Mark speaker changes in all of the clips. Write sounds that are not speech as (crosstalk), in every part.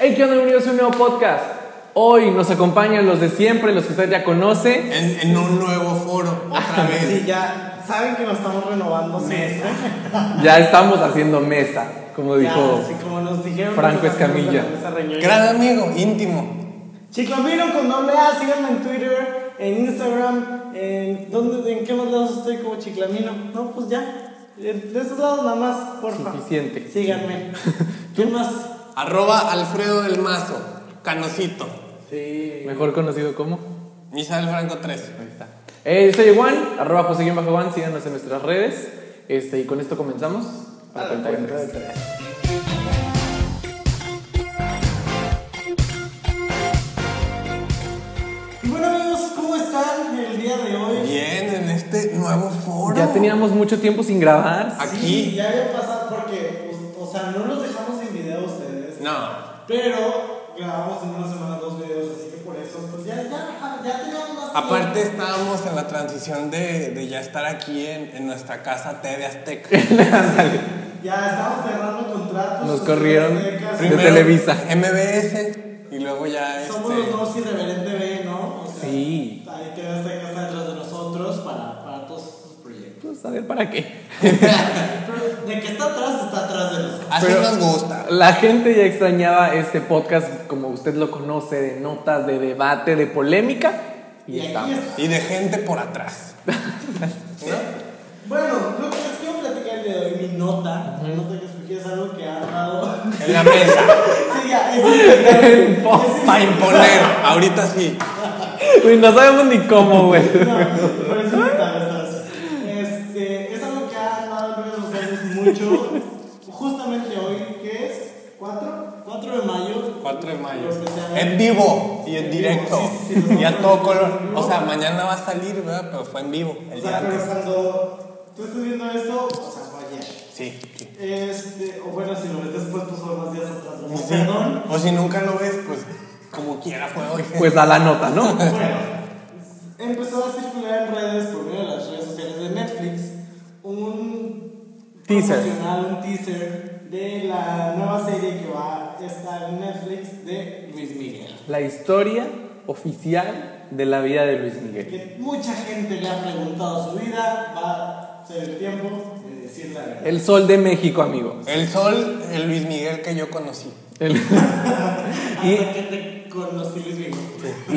Speaker 1: Hey, ¿qué onda? Bienvenidos a un nuevo podcast. Hoy nos acompañan los de siempre, los que usted ya conoce.
Speaker 2: En, en un nuevo foro,
Speaker 1: Ah,
Speaker 2: otra
Speaker 3: Sí,
Speaker 2: vez.
Speaker 3: ya saben que nos estamos renovando siempre.
Speaker 1: Ya estamos haciendo mesa, como
Speaker 3: Ya,
Speaker 1: dijo.
Speaker 3: así como nos dijeron.
Speaker 1: Franco
Speaker 3: nos hacemos
Speaker 1: Escamilla.
Speaker 3: de la mesa reñoña.
Speaker 2: Gran amigo, íntimo.
Speaker 3: Chiclamino con doble A, síganme en Twitter, en Instagram, en, ¿dónde, en qué más lados estoy como Chiclamino. No, pues ya. De de esos lados nada más, porfa.
Speaker 1: Suficiente. (laughs)
Speaker 3: Síganme. ¿Tú más?
Speaker 2: Arroba Alfredo del Mazo, Canocito.
Speaker 3: Sí.
Speaker 1: Mejor conocido como.
Speaker 2: Misael Franco 3.
Speaker 1: Ahí está. Eh, soy Juan, arroba José Guión bajo Juan, síganos en nuestras redes. Este, y con esto comenzamos. A la cuenta de tres.
Speaker 3: Y bueno amigos, ¿cómo están el día de hoy?
Speaker 2: Bien, en este nuevo foro.
Speaker 1: Ya teníamos mucho tiempo sin grabar.
Speaker 2: Aquí.
Speaker 3: Sí, ya había pasado porque, pues, o sea, no los dejamos sin video ustedes,
Speaker 2: No.
Speaker 3: pero grabamos en una semana dos videos, así que por eso, pues ya, ya, ya teníamos más
Speaker 2: Aparte estábamos en la transición de, de ya estar aquí en, en nuestra casa
Speaker 1: (laughs)
Speaker 2: TV Azteca.
Speaker 3: tiempo. Ya estábamos cerrando contratos. pues,
Speaker 1: Nos
Speaker 3: con
Speaker 1: corrieron.
Speaker 3: Aztecas.
Speaker 1: Primero. Televisa.
Speaker 2: MBS y luego ya
Speaker 3: Somos los
Speaker 2: este...
Speaker 3: dos irreverente B, ¿no? O sea,
Speaker 1: Sí.
Speaker 3: Ahí te ves que está detrás de nosotros para, para todos estos proyectos.
Speaker 1: Pues, a ver, ¿para qué?
Speaker 3: Pero de que está atrás, está atrás de nosotros.
Speaker 2: Así
Speaker 1: Pero-
Speaker 2: nos gusta.
Speaker 1: La gente ya extrañaba este podcast como usted lo conoce, de notas, de debate, de polémica. Y,
Speaker 3: Y aquí
Speaker 1: estamos.
Speaker 3: está.
Speaker 2: Y de gente
Speaker 1: (laughs)
Speaker 2: por atrás. ¿No?
Speaker 3: Bueno, lo que les quiero platicar el día de hoy, mi nota, mi nota que escogí es algo que ha dado.
Speaker 2: En la mesa.
Speaker 3: (laughs) sí,
Speaker 1: (laughs)
Speaker 3: ya, es inevitable.
Speaker 1: En pos-
Speaker 3: Es
Speaker 2: Para imponer. Ahorita sí.
Speaker 1: Güey, Pues, no sabemos ni cómo, güey.
Speaker 3: No, pero es inevitable esta vez. Este, es algo que ha dado en redes sociales mucho, justamente hoy, que es 4, 4 de mayo.
Speaker 2: 4 de mayo.
Speaker 3: Lo que sea.
Speaker 2: En vivo y en
Speaker 3: En
Speaker 2: directo.
Speaker 3: vivo, sí, sí, sí,
Speaker 2: y a
Speaker 3: nosotros
Speaker 2: todo
Speaker 3: en
Speaker 2: color.
Speaker 3: vivo.
Speaker 2: O sea, mañana va a salir, ¿verdad? Pero fue en vivo
Speaker 3: O
Speaker 2: el día
Speaker 3: sea, pero
Speaker 2: antes.
Speaker 3: cuando tú estás viendo esto, o sea, fue ayer.
Speaker 2: Sí. sí.
Speaker 3: Este, o bueno, si lo ves después, pues fue más días atrás. ¿no?
Speaker 2: Sí.
Speaker 3: Perdón.
Speaker 2: O si nunca lo ves, pues como quiera fue hoy.
Speaker 1: Pues a la nota, ¿no?
Speaker 3: Bueno, empezó a circular en redes por medio de las redes sociales de Netflix un
Speaker 1: Teaser.
Speaker 3: promocional, un teaser de la nueva serie que va a estar en Netflix de Luis Miguel.
Speaker 1: La historia oficial de la vida de Luis Miguel.
Speaker 3: Que mucha gente le ha preguntado su vida, va a ser el tiempo de decir la verdad.
Speaker 1: El sol de México, amigo.
Speaker 2: El sol, el Luis Miguel que yo conocí.
Speaker 1: El- (laughs)
Speaker 3: Hasta que te conocí Luis Miguel.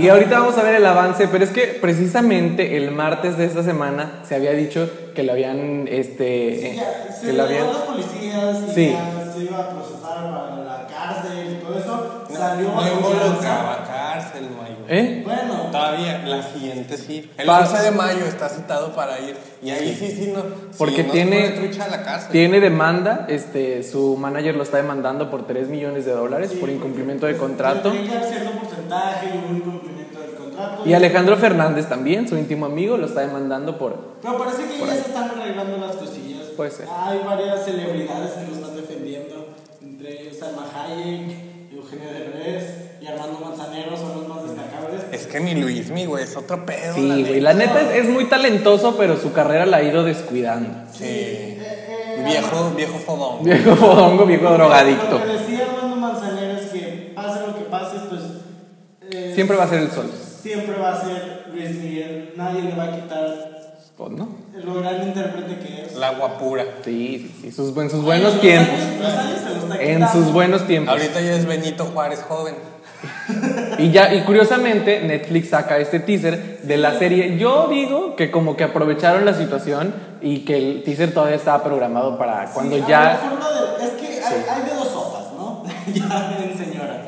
Speaker 1: y ahorita vamos a ver el avance, pero es que precisamente el martes de esta semana se había dicho que lo habían, este,
Speaker 3: Sí,
Speaker 1: eh,
Speaker 3: ya, se
Speaker 1: que lo
Speaker 3: llevó
Speaker 1: habían,
Speaker 3: a los policías y
Speaker 1: Sí.
Speaker 3: ya se iba a procesar para la cárcel y todo eso. Salió
Speaker 2: No
Speaker 3: a
Speaker 2: involucraba cárcel, Mayo.
Speaker 1: ¿eh?
Speaker 3: Bueno,
Speaker 2: Todavía, la siguiente sí. El
Speaker 1: Pa-
Speaker 2: 11 de mayo está citado para ir. Y ahí sí, sí, no.
Speaker 1: Porque
Speaker 2: sí, no se
Speaker 1: tiene-
Speaker 2: pone trucha a la cárcel.
Speaker 1: Tiene demanda, este, su manager lo está demandando por 3 millones de dólares por incumplimiento de contrato.
Speaker 3: Tiene que haber cierto porcentaje y un incumplimiento del contrato.
Speaker 1: Y Alejandro Fernández también, su íntimo amigo, lo está demandando por...
Speaker 3: Pero parece que ya se están arreglando las cosillas.
Speaker 1: Puede ser.
Speaker 3: Hay varias celebridades que lo están defendiendo. Entre ellos Salma Hayek, Eugenio Derbez y Armando Manzanero son los más destacables.
Speaker 2: Es que mi Luis, mi güey, es otro pedo.
Speaker 1: Sí, güey, la neta es, es muy talentoso, pero su carrera la ha ido descuidando.
Speaker 2: Sí.
Speaker 3: Eh,
Speaker 2: viejo, viejo fodón.
Speaker 1: Viejo fodongo, viejo drogadicto.
Speaker 3: Lo que decía Armando Manzanero es que pase lo que pase, pues. eh,
Speaker 1: Siempre va a ser el sol.
Speaker 3: Siempre va a ser Luis Miguel. Nadie le va a quitar
Speaker 1: Pues, ¿no?
Speaker 3: lo gran intérprete que es.
Speaker 2: La guapura.
Speaker 1: Sí, sí, sí, sus, en sus
Speaker 3: Los
Speaker 1: buenos
Speaker 3: años-
Speaker 1: tiempos.
Speaker 3: los años se lo está
Speaker 1: En
Speaker 3: quitando.
Speaker 1: sus buenos tiempos.
Speaker 2: Ahorita ya es Benito Juárez joven.
Speaker 1: Y ya, y curiosamente, Netflix saca este teaser de la serie. Yo digo que como que aprovecharon la situación y que el teaser todavía estaba programado para cuando
Speaker 3: Sí, a
Speaker 1: ya.
Speaker 3: lo mejor no de- es que hay, hay de dos sopas, ¿no? (laughs) ya en señora.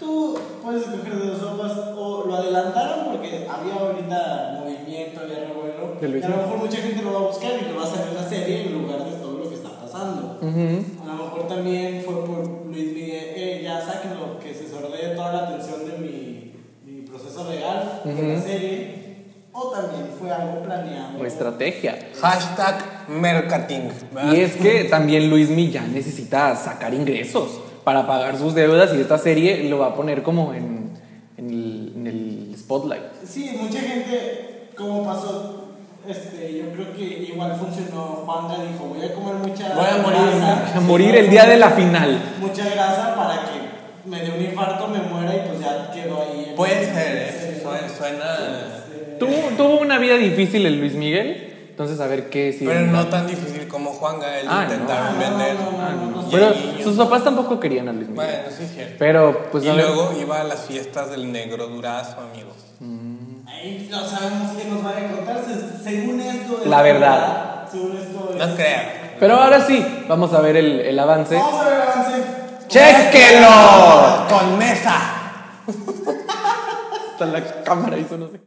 Speaker 3: Tú puedes escoger de dos sopas o lo adelantaron porque había ahorita movimiento, había revuelo.
Speaker 1: De Luis
Speaker 3: y a lo mejor mucha gente lo va a buscar y le va a salir la serie en lugar de todo lo que está pasando. A lo mejor también fue por Luis Miguel, eh, ya sáquenlo, que se sordee toda la atención de mi, mi proceso legal con la serie. O también fue algo planeado.
Speaker 1: o estrategia.
Speaker 2: Hashtag mercating. ¿verdad?
Speaker 1: Y es que también Luis Millán necesita sacar ingresos para pagar sus deudas y esta serie lo va a poner como en, en el, en el spotlight.
Speaker 3: Sí, mucha gente, como pasó, este, yo creo que igual funcionó. Juanga dijo, voy a comer mucha
Speaker 2: Voy a morirme,
Speaker 3: grasa.
Speaker 1: A morir el día de la final.
Speaker 3: Mucha grasa para que me dé un infarto, me muera y pues ya quedo ahí. en-
Speaker 2: Puede ser, ¿eh?
Speaker 3: Sí,
Speaker 2: Suena. suena-
Speaker 1: Tuvo, tuvo una vida difícil el Luis Miguel, entonces a ver qué sigue.
Speaker 2: Pero no tan difícil como Juan Gael
Speaker 1: Ah,
Speaker 2: intentaron
Speaker 3: no.
Speaker 2: vender.
Speaker 3: No, no, no, no, no.
Speaker 2: Y
Speaker 1: Pero
Speaker 2: el niño-
Speaker 1: sus papás tampoco querían a Luis Miguel.
Speaker 2: Bueno, sí es cierto.
Speaker 1: Pero pues
Speaker 2: y
Speaker 1: a ver.
Speaker 2: luego iba a las fiestas del negro durazo, amigos.
Speaker 3: Ahí no sabemos qué nos van a encontrar. se- Según esto. es
Speaker 1: La verdad.
Speaker 3: Según esto. es-
Speaker 2: No crean.
Speaker 1: Pero ahora sí, vamos a ver el, el avance.
Speaker 3: Vamos a ver el avance.
Speaker 1: ¡Chéquelo!
Speaker 2: ¡Con mesa!
Speaker 1: Hasta la cámara hizo no sé.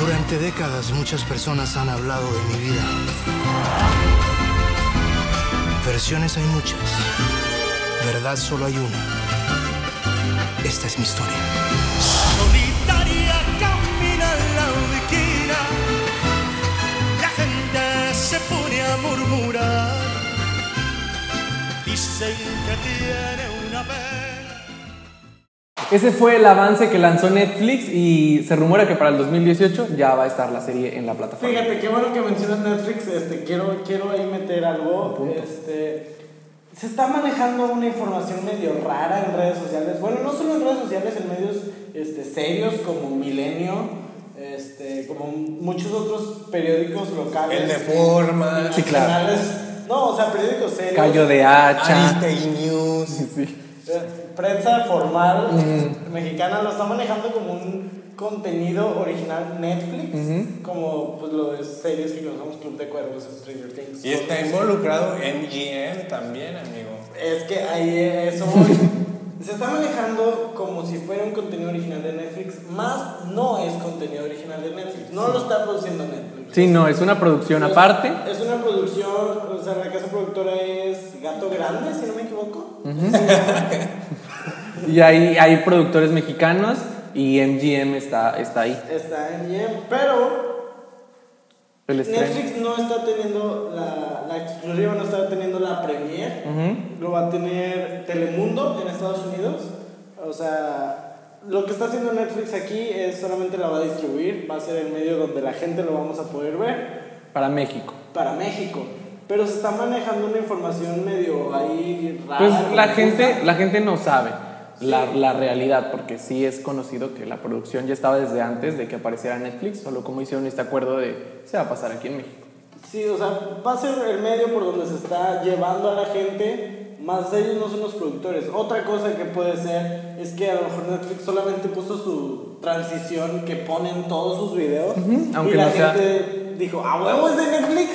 Speaker 4: Durante décadas muchas personas han hablado de mi vida. Versiones hay muchas. Verdad solo hay una. Esta es mi historia.
Speaker 5: solitaria camina en la esquina. La gente se pone a murmurar. Dicen que tiene una pena.
Speaker 1: Ese fue el avance que lanzó Netflix y se rumora que para el 2018 ya va a estar la serie en la plataforma.
Speaker 3: Fíjate, qué bueno que mencionas Netflix. Este, quiero, quiero ahí meter algo. Este, se está manejando una información medio rara en redes sociales. Bueno, no solo en redes sociales, en medios este, serios como Milenio, este, como muchos otros periódicos locales.
Speaker 2: El de forma.
Speaker 1: Sí, claro.
Speaker 3: nacionales. No, o sea, periódicos serios.
Speaker 1: Callo de hacha.
Speaker 2: Aristegui News.
Speaker 3: Eh, Prensa formal mexicana lo está manejando como un contenido original Netflix, como pues lo de series que conocemos Club de Cuervos, Stranger Things.
Speaker 2: Y está involucrado MGM también, amigo.
Speaker 3: Es que ahí eh, eso voy. Se está manejando como si fuera un contenido original de Netflix, más no es contenido original de Netflix, no lo está produciendo Netflix.
Speaker 1: Sí, no, es una producción
Speaker 3: Es-
Speaker 1: aparte.
Speaker 3: Es una producción, o sea, la casa productora es Gato Grande, si no me equivoco.
Speaker 1: Y ahí hay productores mexicanos y MGM está, está ahí.
Speaker 3: Está en bien, pero
Speaker 1: El estreno.
Speaker 3: Netflix no está teniendo la, la exclusiva, no está teniendo la premier. Lo va a tener Telemundo en Estados Unidos. O sea, lo que está haciendo Netflix aquí es solamente la va a distribuir, va a ser el medio donde la gente lo vamos a poder ver
Speaker 1: Para México.
Speaker 3: para México. Pero se está manejando una información medio ahí rara.
Speaker 1: Pues la
Speaker 3: confusa.
Speaker 1: gente, la gente no sabe la, la realidad, porque sí es conocido que la producción ya estaba desde antes de que apareciera Netflix, solo como hicieron este acuerdo de se va a pasar aquí en México.
Speaker 3: Sí, o sea, va a ser el medio por donde se está llevando a la gente, más ellos no son los productores. Otra cosa que puede ser es que a lo mejor Netflix solamente puso su transición que ponen todos sus videos
Speaker 1: aunque
Speaker 3: y la
Speaker 1: no sea-
Speaker 3: gente dijo, "A huevo es de Netflix."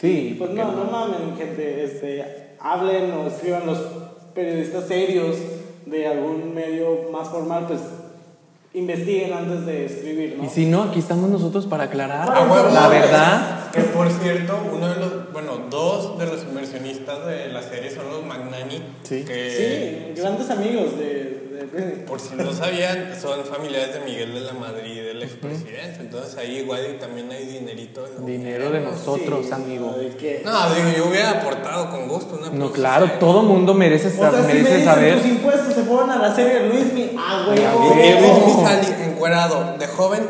Speaker 1: Sí,
Speaker 3: Pues
Speaker 1: porque
Speaker 3: no, no mamen, gente, este, hablen o escriban los periodistas serios de algún medio más formal, pues investiguen antes de escribir, ¿no?
Speaker 1: Y si no, aquí estamos nosotros para aclarar
Speaker 2: A huevo,
Speaker 1: la
Speaker 2: pues.
Speaker 1: verdad.
Speaker 2: Que por cierto, uno de los, bueno, dos de los inversionistas de la serie son los Magnani.
Speaker 1: Sí.
Speaker 2: Que,
Speaker 3: Sí, grandes amigos de- de
Speaker 2: por si no sabían, son familiares de Miguel de la Madrid, del expresidente. Entonces ahí igual y también hay dinerito. de-
Speaker 1: Dinero de nosotros,
Speaker 3: Sí,
Speaker 1: amigo.
Speaker 3: ¿de qué?
Speaker 2: No, digo, yo hubiera aportado con gusto una
Speaker 1: No,
Speaker 2: producción.
Speaker 1: claro, todo mundo merece,
Speaker 3: O
Speaker 1: sa-
Speaker 3: sea, si me
Speaker 1: merece
Speaker 3: dicen tus
Speaker 1: saber.
Speaker 3: impuestos se fueron a la serie de Luismi, ah,
Speaker 1: huevo.
Speaker 3: güey.
Speaker 2: Y
Speaker 1: Huevo.
Speaker 2: Luis Mi sale encuerado de joven,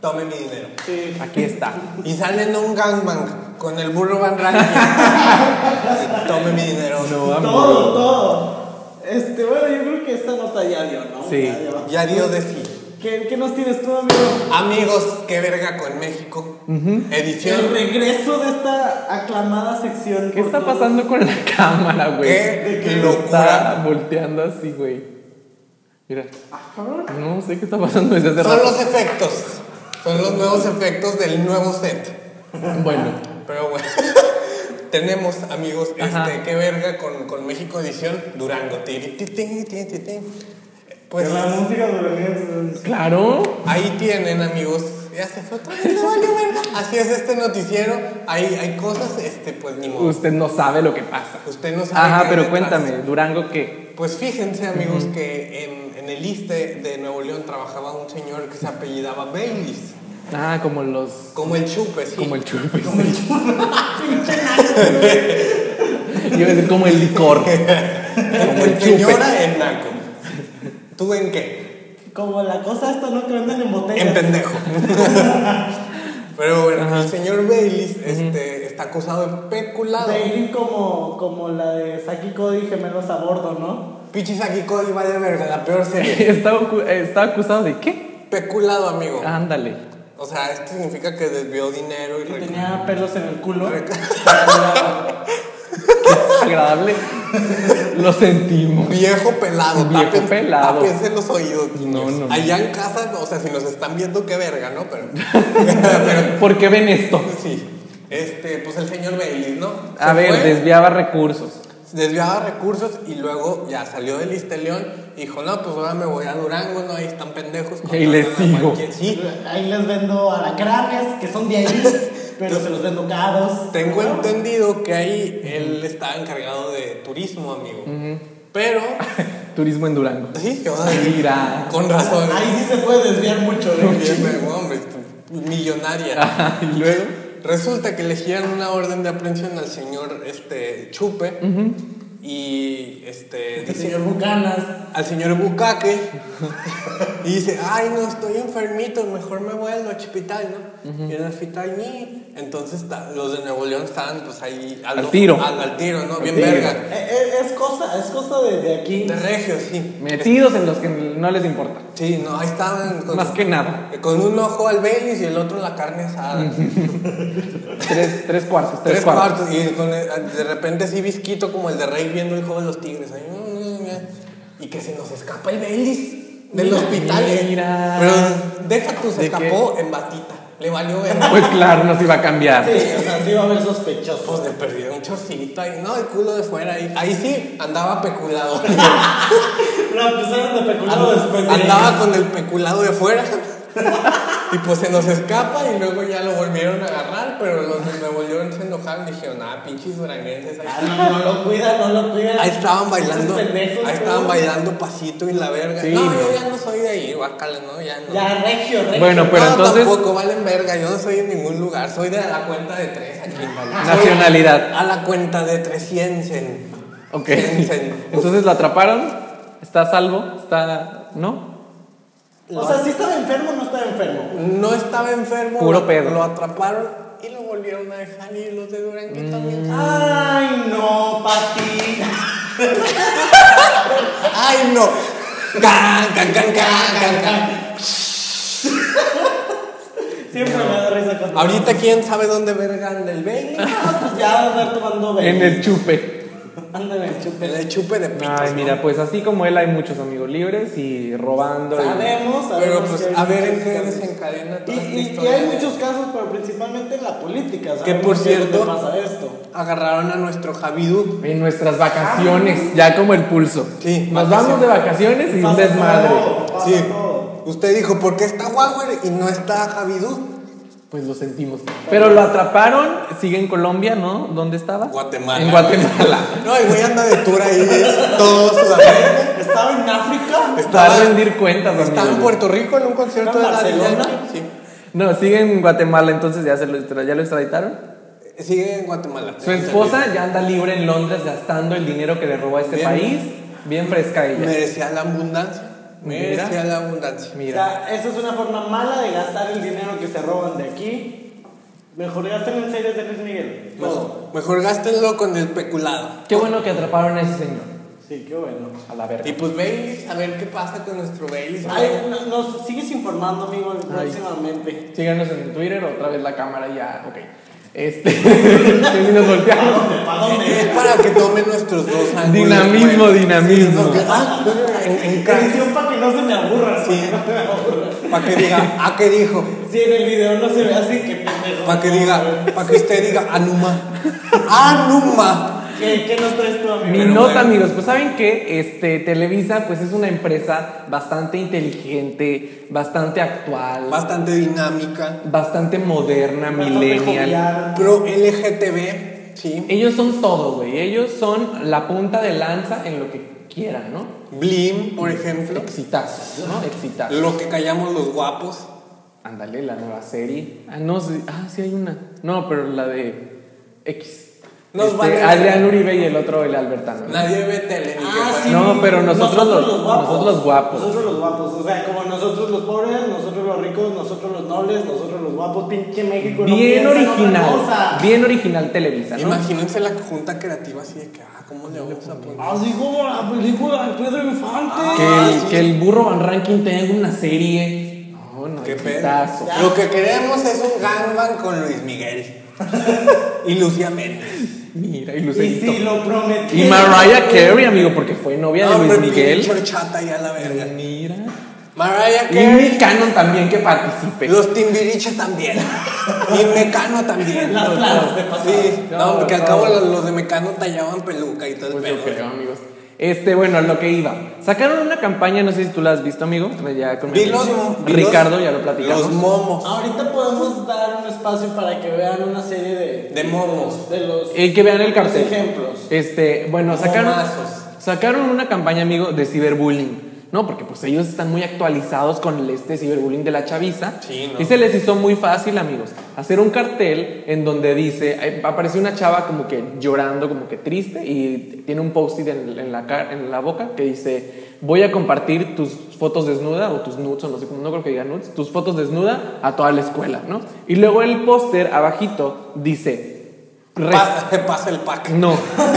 Speaker 2: tome mi dinero.
Speaker 3: Sí.
Speaker 1: Aquí está.
Speaker 2: Y sale en un gangbang con el burro
Speaker 1: (laughs)
Speaker 2: Van Ranking. tome mi dinero.
Speaker 1: No,
Speaker 3: Todo,
Speaker 1: amigo.
Speaker 3: todo. Este, bueno, yo creo que esta nota ya dio, ¿no?
Speaker 1: Sí.
Speaker 3: Ya dio.
Speaker 2: Ya dio de sí.
Speaker 3: ¿Qué, qué nos tienes tú, amigo?
Speaker 2: Amigos, qué verga con México.
Speaker 3: El
Speaker 2: Edición.
Speaker 3: regreso de esta aclamada sección.
Speaker 1: ¿Qué
Speaker 3: por
Speaker 1: está
Speaker 3: todos.
Speaker 1: pasando con la (laughs) cámara, güey?
Speaker 2: Qué
Speaker 1: Que Está
Speaker 2: locura.
Speaker 1: volteando así, güey. Mira,
Speaker 3: Ah, cabrón.
Speaker 1: no sé qué está pasando desde hace
Speaker 2: Son
Speaker 1: rato.
Speaker 2: los efectos. Son los nuevos efectos del nuevo set.
Speaker 1: Bueno,
Speaker 2: Pero bueno. (laughs) Tenemos, amigos, este,
Speaker 1: Ajá.
Speaker 2: qué verga con, con México Edición Durango. Tiri, ti, ti, ti, ti, ti. Pues
Speaker 3: La música de los
Speaker 1: claro.
Speaker 2: ahí tienen, amigos. Ya se fue otra vez, le valió verga. Así es este noticiero. Hay, hay cosas, este, pues ni modo.
Speaker 1: Usted no sabe lo que pasa.
Speaker 2: Usted no sabe. qué
Speaker 1: Ajá,
Speaker 2: hay
Speaker 1: pero
Speaker 2: detrás.
Speaker 1: cuéntame, Durango, ¿qué?
Speaker 2: Pues fíjense amigos que en, en el ISTE de Nuevo León trabajaba un señor que se apellidaba Baylis.
Speaker 1: Ah, como los.
Speaker 2: Como el chupe, sí.
Speaker 1: Como el chupis.
Speaker 3: Como el churro. Pinche
Speaker 1: Yo iba a decir como el licor.
Speaker 2: Como el señora en naco. ¿Tú en qué?
Speaker 3: (laughs) Como la cosa esta, ¿no? Que venden en botellas.
Speaker 2: En pendejo. Pero bueno, el señor Baileys este, está acusado de peculado.
Speaker 3: Bailey como, como la de Saki Cody gemelos a bordo, ¿no?
Speaker 2: Pichis aquí Cody vale verga, la peor
Speaker 1: (laughs)
Speaker 2: serie.
Speaker 1: Está, ocu- eh, está acusado de qué?
Speaker 2: Peculado, amigo.
Speaker 1: Ándale.
Speaker 2: O sea, esto significa que desvió dinero y
Speaker 3: Que
Speaker 2: rec-
Speaker 3: tenía pelos en el culo.
Speaker 2: rec-
Speaker 1: Agradable. Lo sentimos.
Speaker 2: Viejo pelado,
Speaker 1: Viejo
Speaker 2: tápen-
Speaker 1: pelado.
Speaker 2: tápense los oídos.
Speaker 1: No,
Speaker 2: niños.
Speaker 1: no, no.
Speaker 2: Allá en casa, o sea, si nos están viendo, qué verga, ¿no?
Speaker 1: (laughs)
Speaker 2: Pero, pero
Speaker 1: ¿Por qué ven esto?
Speaker 2: sí. Este, pues el señor Bailey, ¿no?
Speaker 1: A
Speaker 2: Se
Speaker 1: ver,
Speaker 2: fue,
Speaker 1: desviaba recursos.
Speaker 2: desviaba recursos y luego ya salió del Isteleón y dijo, no, pues ahora me voy a Durango, ¿no? Ahí están pendejos.
Speaker 1: Y le
Speaker 2: contratan a
Speaker 1: sigo.
Speaker 2: cualquier- Sí,
Speaker 3: Ahí les vendo alacranes, que son de ahí, (laughs) pero se los vendo caros.
Speaker 2: Tengo
Speaker 3: ¿no?
Speaker 2: entendido que ahí él estaba encargado de turismo, amigo. Pero,
Speaker 1: Turismo en Durango.
Speaker 2: sí, o sea,
Speaker 1: Mira.
Speaker 2: con razón.
Speaker 3: Ahí sí se puede desviar mucho,
Speaker 2: Bien,
Speaker 3: ¿eh?
Speaker 2: güey, hombre, tú, millonaria.
Speaker 1: (laughs) Ajá, y luego.
Speaker 2: Resulta que le giran una orden de aprehensión al señor este, Chupe y este,
Speaker 3: El
Speaker 2: dice
Speaker 3: señor Bucanas.
Speaker 2: al señor Bucaque y dice, ay, no, estoy enfermito, mejor me voy al hospital, ¿no? Y en el hospital, ni. Entonces ta- los de Nuevo León estaban pues ahí
Speaker 1: Al tiro.
Speaker 2: Al, al tiro, ¿no?
Speaker 1: Al
Speaker 2: Bien
Speaker 1: tiro.
Speaker 2: verga.
Speaker 3: Eh, eh, Es cosa, es cosa de, de aquí.
Speaker 2: De regio, sí.
Speaker 1: Metidos en los que no les importa.
Speaker 2: Sí, no, ahí estaban con,
Speaker 1: Más que nada.
Speaker 2: con un ojo al Baileys y el otro la carne asada.
Speaker 1: Tres, tres cuartos, tres,
Speaker 2: Tres
Speaker 1: cuartos.
Speaker 2: cuartos. Y con el- de repente así visquito como el de Rey viendo el juego de los tigres. ahí, mm, mm, mm, y que se nos escapa el Baileys del
Speaker 1: Mira,
Speaker 2: hospital. eh.
Speaker 1: mira.
Speaker 2: Pero deja tú, se
Speaker 1: ¿De qué?
Speaker 2: escapó en batita. Le
Speaker 1: (laughs)
Speaker 2: valió ver.
Speaker 1: Pues claro, nos iba a cambiar.
Speaker 3: Sí, o (laughs) sea, sí va a haber sospechosos.
Speaker 2: Pues le perdió un chorcito ahí, no, el culo de fuera ahí. Ahí sí andaba
Speaker 1: (laughs)
Speaker 2: peculado.
Speaker 3: Lo empezaron de peculado después. de- Ah,
Speaker 2: andaba con el peculado de fuera. (laughs) y pues se nos escapa y luego ya lo volvieron a agarrar, pero los de Nuevo León se enojaron y dijeron, ah, pinches duranguenses. ahí
Speaker 3: Ah,
Speaker 2: están".
Speaker 3: No, no lo cuidan, no lo cuidan.
Speaker 2: Ahí estaban bailando,
Speaker 3: Esos pendejos,
Speaker 2: ahí estaban
Speaker 3: ¿no?
Speaker 2: bailando pasito y la verga.
Speaker 1: Sí,
Speaker 2: no,
Speaker 1: no.
Speaker 2: yo ya no soy de ahí, guacala, no, ya no.
Speaker 3: Ya, regio, regio.
Speaker 1: Bueno, pues- Pero
Speaker 2: no,
Speaker 1: entonces-
Speaker 2: tampoco valen verga, yo no soy de ningún lugar, soy de la cuenta de tres aquí. ¿vale?
Speaker 1: Nacionalidad.
Speaker 2: Soy A la cuenta de tres Jensen.
Speaker 1: Ok.
Speaker 2: Jensen.
Speaker 1: Entonces lo atraparon. Está a salvo. Está. ¿No?
Speaker 3: o sea, si estaba enfermo o no estaba enfermo.
Speaker 2: No estaba enfermo,
Speaker 1: Puro
Speaker 2: lo-
Speaker 1: pedo.
Speaker 2: lo atraparon y lo volvieron a dejar y los de Durango
Speaker 1: Mm.
Speaker 2: también. Ah,
Speaker 3: Ay, no, Pati.
Speaker 2: ¡Ay, no! ¡Can, can, can, can, can, can!
Speaker 3: Siempre me da risa cuando.
Speaker 2: Ahorita quién sabe dónde verga anda el
Speaker 1: (laughs)
Speaker 2: baby.
Speaker 3: Ah, pues ya va a andar tomando
Speaker 1: En
Speaker 3: baile.
Speaker 1: el chupe.
Speaker 3: Ándale, en el chupe.
Speaker 2: El chupe de pitos.
Speaker 1: Ay,
Speaker 2: ¿no?
Speaker 1: mira, pues así como él, hay muchos amigos libres y robando. y-
Speaker 3: Sabemos, sabemos.
Speaker 2: Pero pues
Speaker 3: que hay
Speaker 2: a ver en
Speaker 3: muchos
Speaker 2: qué
Speaker 3: casos.
Speaker 2: desencadena
Speaker 3: Y,
Speaker 2: toda esta
Speaker 3: y- y
Speaker 2: historia.
Speaker 3: hay muchos casos, pero principalmente en la política.
Speaker 2: Que
Speaker 3: sabemos
Speaker 2: por
Speaker 3: es lo que
Speaker 2: cierto,
Speaker 3: pasa esto?
Speaker 2: agarraron a nuestro Javidú.
Speaker 1: En nuestras vacaciones, ya como el pulso.
Speaker 2: Sí,
Speaker 1: Nos
Speaker 2: vacaciones.
Speaker 1: vamos de vacaciones y un
Speaker 3: Pasa
Speaker 1: desmadre.
Speaker 3: todo, pasa
Speaker 2: Sí.
Speaker 3: todo.
Speaker 2: Usted dijo, ¿por qué está Huawei y no está Javidú?
Speaker 1: Pues lo sentimos. Pero lo atraparon, sigue en Colombia, ¿no? ¿Dónde estaba?
Speaker 2: Guatemala.
Speaker 1: En Guatemala.
Speaker 2: No, el güey anda de tour ahí, (laughs) es todo Sudamérica.
Speaker 3: Estaba en África.
Speaker 1: Para rendir cuentas,
Speaker 2: Está
Speaker 1: amigo.
Speaker 2: en Puerto Rico en un concierto de
Speaker 3: ¿Está en
Speaker 2: la
Speaker 3: Barcelona?
Speaker 2: Diana. Sí.
Speaker 1: No, sigue en Guatemala, entonces ya, se lo, extra- ya lo extraditaron.
Speaker 2: Sigue en Guatemala.
Speaker 1: Su esposa ya anda libre en Londres gastando el dinero que le robó a este
Speaker 2: Bien.
Speaker 1: país. Bien fresca ella.
Speaker 2: Merecía la abundancia.
Speaker 1: Mira.
Speaker 2: Merecía la abundancia.
Speaker 1: Mira.
Speaker 3: O sea, esa es una forma mala de gastar el dinero que se roban de aquí. Mejor gasten en series de Luis Miguel. Todo.
Speaker 2: Mejor, mejor gástenlo con el peculado.
Speaker 1: Qué bueno que atraparon a ese señor.
Speaker 3: Sí, qué bueno.
Speaker 1: A la verga.
Speaker 2: Y pues Bailey, a ver qué pasa con nuestro Bailey.
Speaker 3: Ay, no- nos sigues informando, amigo, próximamente.
Speaker 1: Síganos en Twitter, otra vez la cámara ya. Ok. Este. (laughs) que si nos volteamos.
Speaker 3: ¿Para dónde?
Speaker 2: Es para que tomen nuestros dos ángulos.
Speaker 1: Dinamismo,
Speaker 2: güey.
Speaker 1: dinamismo.
Speaker 2: Ah, Sí, no,
Speaker 1: Ah,
Speaker 2: que- ah, en, en ca-
Speaker 3: Edición para que no se me aburra.
Speaker 2: Sí.
Speaker 3: No me aburra.
Speaker 2: Para que diga, ¿a qué dijo?
Speaker 3: Si en el video no se ve así, que pendejo.
Speaker 2: Para que diga, para que usted diga, Anuma. Anuma.
Speaker 3: ¿Qué, qué nos traes tú,
Speaker 1: Mi
Speaker 3: amigo?
Speaker 2: Pero
Speaker 1: nota,
Speaker 2: bueno.
Speaker 1: amigos, pues saben que este, Televisa pues es una empresa bastante inteligente, bastante actual,
Speaker 2: Bastante dinámica.
Speaker 1: bastante moderna, millennial.
Speaker 2: Pro LGTB, sí.
Speaker 1: Ellos son todo, güey. Ellos son la punta de lanza en lo que quieran, ¿no?
Speaker 2: Blim, por ejemplo.
Speaker 1: Exitazo, ¿no? Exitazo.
Speaker 2: Lo que callamos los guapos.
Speaker 1: Ándale, la nueva serie. Ah, no, sí, ah, sí hay una. No, pero la de X.
Speaker 2: Nos
Speaker 1: Este,
Speaker 2: van a-
Speaker 1: Adrián Uribe y el otro, el Albertano.
Speaker 2: Nadie ve tele. ni que
Speaker 3: Ah, sí.
Speaker 1: No, pero nosotros los- nosotros los guapos.
Speaker 3: Nosotros los guapos. O sea, como nosotros los pobres, nosotros los ricos, nosotros los nobles, nosotros los guapos. Pinche México. no
Speaker 1: Bien
Speaker 3: piensa en otra
Speaker 1: original.
Speaker 3: cosa.
Speaker 1: Bien original Televisa, ¿no?
Speaker 2: Imagínense la junta creativa así de que, ah, ¿cómo le vamos a poner?
Speaker 3: Así como la película de Pedro Infante.
Speaker 1: Que el, que el burro Van Ranking tenga una serie. Oh, No, no,
Speaker 2: Qué
Speaker 1: qué
Speaker 2: pedo.
Speaker 1: pitazo.
Speaker 2: Lo que queremos es un gangbang con Luis Miguel y Lucía Méndez.
Speaker 1: Mira, y
Speaker 3: Y
Speaker 1: Lucerito.
Speaker 3: si lo prometí.
Speaker 1: Y Mariah Carey, amigo, porque fue novia de Luis
Speaker 2: hombre,
Speaker 1: Miguel.
Speaker 2: pinche chata ya la verga.
Speaker 1: Mira.
Speaker 2: Mariah
Speaker 1: Y Nick
Speaker 2: Carey.
Speaker 1: Cannon también que participe.
Speaker 2: Los Timbiriche
Speaker 3: (laughs)
Speaker 2: también. Y Mecano también.
Speaker 3: Las claras de pasado.
Speaker 2: Sí,
Speaker 1: No,
Speaker 2: no, porque al
Speaker 1: no.
Speaker 2: cabo los, los de Mecano tallaban peluca y todo el
Speaker 1: Pues
Speaker 2: pelo.
Speaker 1: yo creo, amigos. Este, bueno, lo que iba. Sacaron una campaña, no sé si tú la has visto, amigo. Ya con
Speaker 2: Vi los mo- vi los-
Speaker 1: Ricardo, ya lo platicamos.
Speaker 2: Los momos.
Speaker 3: Ahorita podemos dar un espacio para que vean una serie de.
Speaker 2: De momos.
Speaker 3: De los.
Speaker 1: El Eh, que vean el cartel.
Speaker 3: Los ejemplos.
Speaker 1: Este, bueno, sacaron,
Speaker 2: Momazos.
Speaker 1: sacaron una campaña, amigo, de ciberbullying. No, porque pues ellos están muy actualizados con el este ciberbullying de la chaviza.
Speaker 2: Sí, ¿no?
Speaker 1: Y se les hizo muy fácil, amigos, hacer un cartel en donde dice, eh, aparece una chava como que llorando, como que triste, y tiene un post-it en, en la, car- en la boca que dice, voy a compartir tus fotos desnuda o tus nudes, o no sé cómo, no creo que diga nudes, tus fotos desnuda a toda la escuela, ¿no? Y luego el póster abajito dice, "Res-
Speaker 2: Pa- Pasa, el pack.
Speaker 1: no,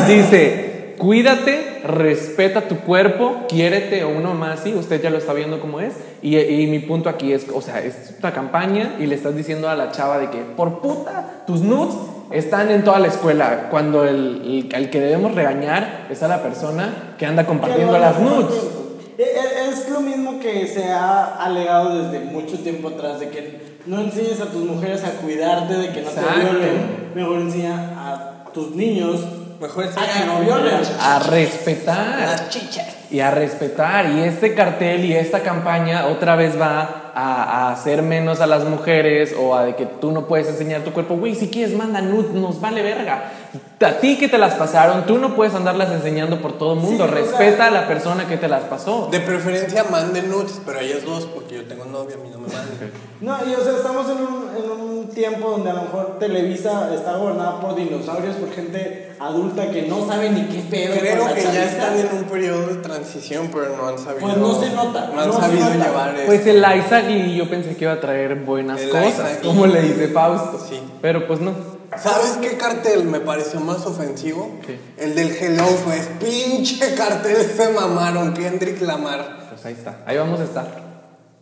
Speaker 1: dice, cuídate, respeta tu cuerpo, quiérete o uno más, sí, usted ya lo está viendo como es. Y, y mi punto aquí es, o sea, es una campaña y le estás diciendo a la chava de que, por puta, tus nudes están en toda la escuela, cuando el, el- al que debemos regañar es a la persona que anda compartiendo
Speaker 3: Que no,
Speaker 1: las
Speaker 3: no, no,
Speaker 1: nudes.
Speaker 3: no. E- e- Es lo mismo que se ha alegado desde mucho tiempo atrás, de que no enseñes a tus mujeres a cuidarte, de que no
Speaker 1: Exacto.
Speaker 3: te violen. Mejor enseña a tus niños
Speaker 2: Mejor
Speaker 3: a
Speaker 2: enseña
Speaker 3: que
Speaker 2: a
Speaker 3: no
Speaker 2: tus
Speaker 3: violen.
Speaker 1: A respetar.
Speaker 2: Las chichas.
Speaker 1: y a respetar. Y este cartel y esta campaña otra vez va a, a hacer menos a las mujeres o a de que tú no puedes enseñar tu cuerpo. Güey, si quieres, manda nudes, nos vale verga. A ti que te las pasaron, tú no puedes andarlas enseñando por todo el mundo.
Speaker 3: Sí, o sea-
Speaker 1: Respeta a la persona que te las pasó.
Speaker 2: De preferencia manden nudes, pero ellos dos, porque yo tengo novia, a mí no me mandan.
Speaker 3: No, y o sea, estamos en un, en un tiempo donde a lo mejor Televisa está gobernada por dinosaurios, por gente adulta que no sabe ni qué pedo. con
Speaker 2: Creo
Speaker 3: la
Speaker 2: que ya
Speaker 3: chaviza.
Speaker 2: están en un periodo de transición, pero no han sabido.
Speaker 3: Pues no se nota,
Speaker 2: No han
Speaker 3: no se
Speaker 2: sabido
Speaker 3: nota.
Speaker 2: llevar eso.
Speaker 1: Pues el Isaac y yo pensé que iba a traer buenas
Speaker 2: este El
Speaker 1: cosas,
Speaker 2: Isaac Lee.
Speaker 1: como le dice Fausto.
Speaker 2: Sí.
Speaker 1: Pero pues no.
Speaker 2: ¿Sabes qué cartel me pareció más ofensivo?
Speaker 1: ¿Qué?
Speaker 2: El del Hello Fest. Pinche cartel (laughs) se mamaron. Kendrick Lamar.
Speaker 1: Pues ahí está, ahí vamos a estar.